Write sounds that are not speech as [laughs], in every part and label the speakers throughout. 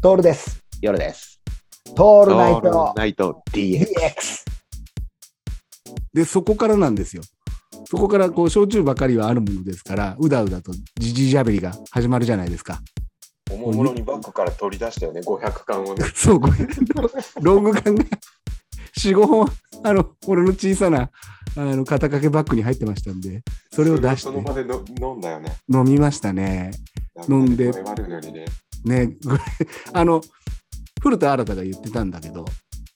Speaker 1: トールです。
Speaker 2: 夜です。
Speaker 1: ト
Speaker 2: オ
Speaker 1: ールナイト
Speaker 2: ナイト DX。
Speaker 1: DX。
Speaker 3: で、そこからなんですよ。そこから、こう、焼酎ばかりはあるものですから、うだうだとじじじゃべりが始まるじゃないですか。 [laughs]
Speaker 4: おもむろにバッグから取り出したよね、500巻をね。
Speaker 3: そう、これ、ロング缶が4、5本、あの、俺の小さな、あの、肩掛けバッグに入ってましたんで、それを出し
Speaker 4: そ
Speaker 3: て
Speaker 4: の場での飲んだよね。
Speaker 3: 飲みましたね。飲んで
Speaker 4: 声悪いのにね。
Speaker 3: ね、これあの、古田新太が言ってたんだけど、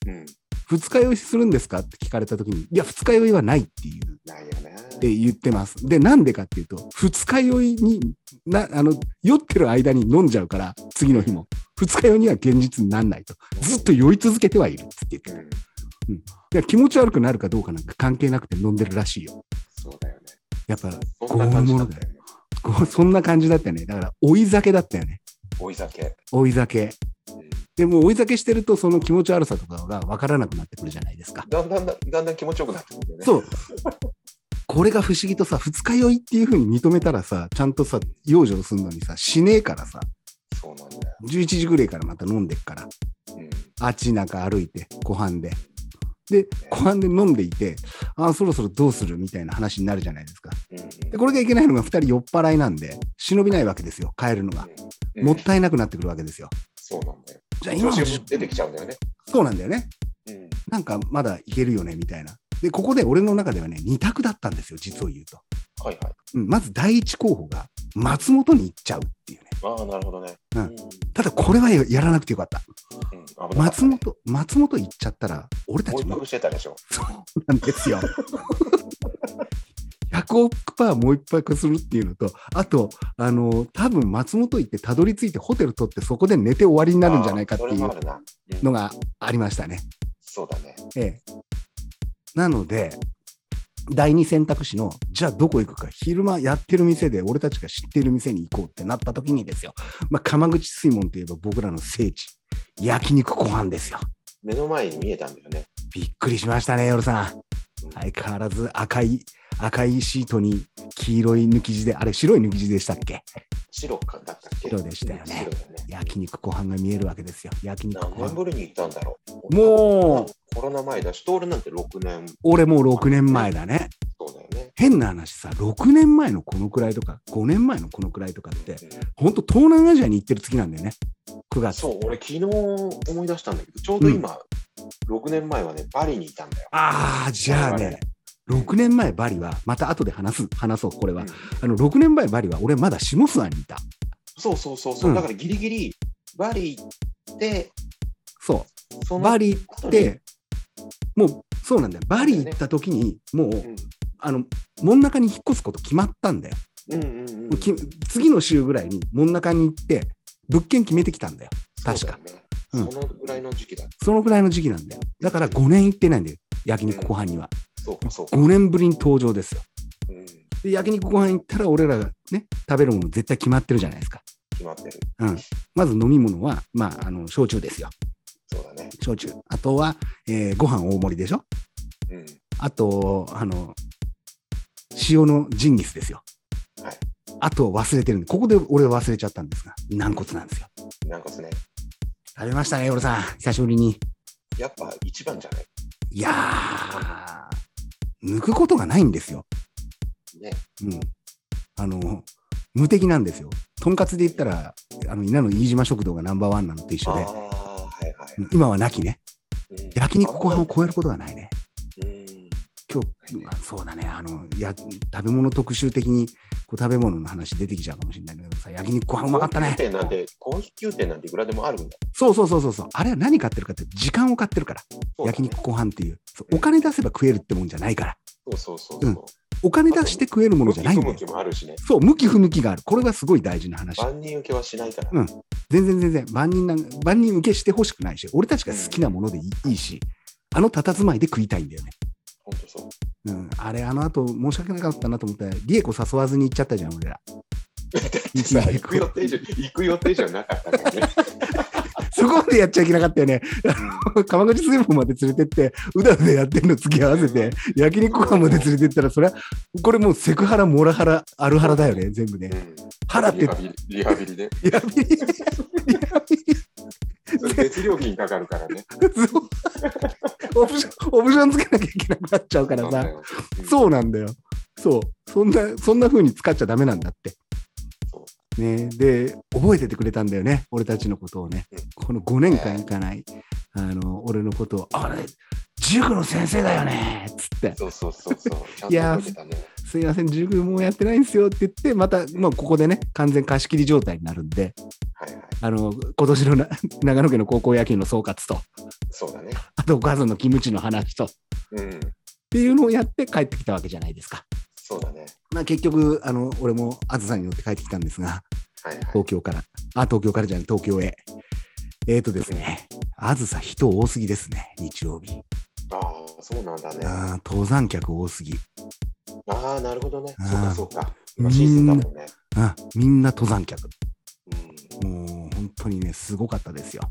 Speaker 4: うん。
Speaker 3: 二日酔いするんですかって聞かれたときに、いや、二日酔いはないっていう。
Speaker 4: ないよね。
Speaker 3: って言ってます。で、なんでかっていうと、二日酔いにな、あの、酔ってる間に飲んじゃうから、次の日も。二日酔いには現実にならないと。ずっと酔い続けてはいるっつって
Speaker 4: う
Speaker 3: 言って
Speaker 4: ん。
Speaker 3: た。いや気持ち悪くなるかどうかなんか関係なくて飲んでるらしいよ。
Speaker 4: そうだよね。
Speaker 3: やっぱ、
Speaker 4: そんな感じだったよね。
Speaker 3: こうそんな感じだったよね。だから、追い酒だったよね。
Speaker 4: 追い酒。
Speaker 3: 追い酒。
Speaker 4: うん
Speaker 3: でも、追い酒してると、その気持ち悪さとかが分からなくなってくるじゃないですか。
Speaker 4: だんだんだ、だんだん気持ちよくなってくるよね。
Speaker 3: そう。これが不思議とさ、二日酔いっていうふうに認めたらさ、ちゃんとさ、養生するのにさ、しねえからさ、
Speaker 4: そうなんだよ。
Speaker 3: 11時ぐらいからまた飲んでっから、
Speaker 4: うん。
Speaker 3: あっち中歩いて、湖畔で。で、湖畔で飲んでいて、ああ、そろそろどうするみたいな話になるじゃないですか。で、これがいけないのが2人酔っ払いなんで、忍びないわけですよ、帰るのが。
Speaker 4: うん、
Speaker 3: もっ
Speaker 4: うん
Speaker 3: たいなくなってくるわけですよ。
Speaker 4: そうなんだよ。
Speaker 3: じゃあ今
Speaker 4: 調
Speaker 3: の
Speaker 4: 子
Speaker 3: う
Speaker 4: が
Speaker 3: ち
Speaker 4: 出てきちゃうんだよね。
Speaker 3: そうなんだよね。
Speaker 4: うん。
Speaker 3: なんかまだいけるよね、みたいな。で、ここで俺の中ではね、2択だったんですよ、実を言うと。
Speaker 4: はいはい。
Speaker 3: うんまず第一候補が、松本に行っちゃうっていうね。
Speaker 4: ああ、なるほどね。
Speaker 3: うん
Speaker 4: うん
Speaker 3: ただ、これはやらなくてよかった。
Speaker 4: 危なかった
Speaker 3: 松本、松本行っちゃったら、俺た
Speaker 4: もう
Speaker 3: ち
Speaker 4: 一
Speaker 3: も
Speaker 4: 泊してたでしょ。
Speaker 3: そうなんです [laughs] よ。100億パーもう一泊するっていうのと、あと、あの多分松本行ってたどり着いてホテル取って、そこで寝て終わりになるんじゃないかってい
Speaker 4: あーそれもあ
Speaker 3: う
Speaker 4: るな。うん
Speaker 3: のがありましたね。
Speaker 4: そうだね。
Speaker 3: ええ、なので、第二選択肢の、じゃあどこ行くか、昼間やってる店で、俺たちが知ってる店に行こうってなった時にですよ、まあ、釜口水門といえば僕らの聖地、焼肉ご飯ですよ。
Speaker 4: 目の前に見えたんだよね。
Speaker 3: びっくりしましたね、夜さん。
Speaker 4: うん
Speaker 3: 相変わらず赤い、赤いシートに黄色い抜き地で、あれ白い抜き地でしたっけ
Speaker 4: 白かだったっけ
Speaker 3: 白でしたよね
Speaker 4: 白だよね。
Speaker 3: 焼肉ご飯が見えるわけですよ。焼肉
Speaker 4: 何
Speaker 3: ご
Speaker 4: 年
Speaker 3: 飯。
Speaker 4: ぶりに行ったんだろう。
Speaker 3: もう、
Speaker 4: コロナ前だし、トールなんて6年
Speaker 3: 俺もう6年前だね。
Speaker 4: そうだよね。
Speaker 3: 変な話さ、6年前のこのくらいとか、5年前のこのくらいとかって、
Speaker 4: うん
Speaker 3: ほんと東南アジアに行ってる月なんだよね。9月。
Speaker 4: そう、俺昨日思い出したんだけど、ちょうど今、6年前はね、パリにいたんだよ。
Speaker 3: ああ、じゃあね、6年前バリは、また後で話す、話そう、これ
Speaker 4: う
Speaker 3: は
Speaker 4: ん。
Speaker 3: あの、6年前バリは、俺まだ下諏訪にいた。
Speaker 4: そうそうそうそう、
Speaker 3: うん
Speaker 4: だからギリギリ、バリ行って、
Speaker 3: そ。
Speaker 4: そうの
Speaker 3: バリ行って、もう、そうなんだよ。バリ行った時に、もう、あの、真ん中に引っ越すこと決まったんだよ。
Speaker 4: うんうんうんうん、
Speaker 3: き次の週ぐらいに真ん中に行って、物件決めてきたんだよ。確か
Speaker 4: そうだよね
Speaker 3: うん
Speaker 4: そのぐらいの時期だ。
Speaker 3: そのぐらいの時期なんだよ。だから5年行ってないんだよ。焼肉ご飯には。
Speaker 4: そうか、そうか。
Speaker 3: 5年ぶりに登場ですよ。
Speaker 4: うん、決
Speaker 3: で、焼肉ご飯行ったら俺らがね、食べるもの絶対決まってるじゃないですか。
Speaker 4: まってる。
Speaker 3: まず飲み物は、まあ、あの、焼酎ですよ。
Speaker 4: そうだね。
Speaker 3: 焼酎。あとは、えーご飯大盛りでしょ。
Speaker 4: うん。
Speaker 3: あと、あの、塩のジンギスですよ。
Speaker 4: はい
Speaker 3: あと忘れてるんで、ここで俺忘れちゃったんですが、軟骨なんですよ。
Speaker 4: なんかですね、
Speaker 3: 食べましたね、俺さん。久しぶりに。
Speaker 4: やっぱ一番じゃない
Speaker 3: いやー、抜くことがないんですよ。
Speaker 4: ね。
Speaker 3: うん。あの、無敵なんですよ。とんかつで言ったら、あの、稲の飯島食堂がナンバーワンなのと一
Speaker 4: あ
Speaker 3: 緒
Speaker 4: あ、
Speaker 3: で、
Speaker 4: はいはい。
Speaker 3: うん今はなきね。
Speaker 4: うん
Speaker 3: 焼肉ご飯を超えることがないね。
Speaker 4: うん。
Speaker 3: 今日、あそうだね、あの、や、食べ物特集的に、こう、食べ物の話出てきちゃうかもしれないけどさ、焼肉ご飯うまかった
Speaker 4: 高
Speaker 3: ね
Speaker 4: 級。店なんて、高級店なんていくらでもあるんだ。
Speaker 3: そうそうそうそうそう。あれは何買ってるかって、時間を買ってるから。
Speaker 4: そうだね
Speaker 3: 焼肉ご飯っていうそう。お金出せば食えるってもんじゃないから。
Speaker 4: そうそうそうそう。
Speaker 3: お金出して食えるものじ
Speaker 4: 向き
Speaker 3: ゃないん
Speaker 4: 不
Speaker 3: だよ
Speaker 4: 向。きもあるしね。
Speaker 3: そう、向き不向きがある。これがすごい大事な話。
Speaker 4: 万人受けはしないから。
Speaker 3: うん全然全然、万人なん万人受けしてほしくないし、俺たちが好きなものでいい,、いいし、あの佇まいで食いたいんだよね。
Speaker 4: 本当そう。
Speaker 3: うん、あれ、あの後、申し訳なかったなと思ったら、リエコ誘わずに行っちゃったじゃん、俺 [laughs] ら。
Speaker 4: 実は行く予定じゃ、行く予定じゃなかったからね。
Speaker 3: [laughs] そこまでやっちゃいけなかったよね。川口水門まで連れてって、うだうだやってるの付き合わせて、焼肉ご飯まで連れてったら、それは、これもうセクハラ、モラハラ、アルハラだよね、全部ね
Speaker 4: う。ん
Speaker 3: ハラって
Speaker 4: リハビリリハビリで。
Speaker 3: リハビリ、リハビリ、
Speaker 4: 別料金かかるからね。
Speaker 3: そうオプション、オプションつけなきゃいけなくなっちゃうからさ。
Speaker 4: う
Speaker 3: そうなんだよ。そう。そんな、そんな風に使っちゃダメなんだって。
Speaker 4: そ
Speaker 3: ね、で、覚えててくれたんだよね。俺たちのことをね
Speaker 4: うん。
Speaker 3: この5年間行かない、あの、俺のことを、あれ、塾の先生だよねっつって、
Speaker 4: そうそうそうそう。ちゃん
Speaker 3: い
Speaker 4: と
Speaker 3: やー
Speaker 4: 覚えてたね。
Speaker 3: すいません、塾もうやってないんですよって言って、また、まあ、ここでね、完全貸し切り状態になるんで、
Speaker 4: はいはい。
Speaker 3: あの、今年のな [laughs] 長野県の高校野球の総括と、
Speaker 4: そうだね。
Speaker 3: あと、お母さんのキムチの話と、っ
Speaker 4: うん。
Speaker 3: ていうのをやって帰ってきたわけじゃないですか。
Speaker 4: そうだね。
Speaker 3: まあ、結局、あの、俺もあずさんに乗って帰ってきたんですが、
Speaker 4: はいはい。
Speaker 3: 東京から、あ、東京からじゃない、東京へ。えーとですね、あずさ人多すぎですね、日曜日。
Speaker 4: ああ、そうなんだね。あ
Speaker 3: あー登山客多すぎ。
Speaker 4: あ、なるほどね。
Speaker 3: あー
Speaker 4: そうかそうか。今シーズンだもんね。
Speaker 3: あみんな登山客。
Speaker 4: うん。
Speaker 3: もう本当にね、すごかったですよ。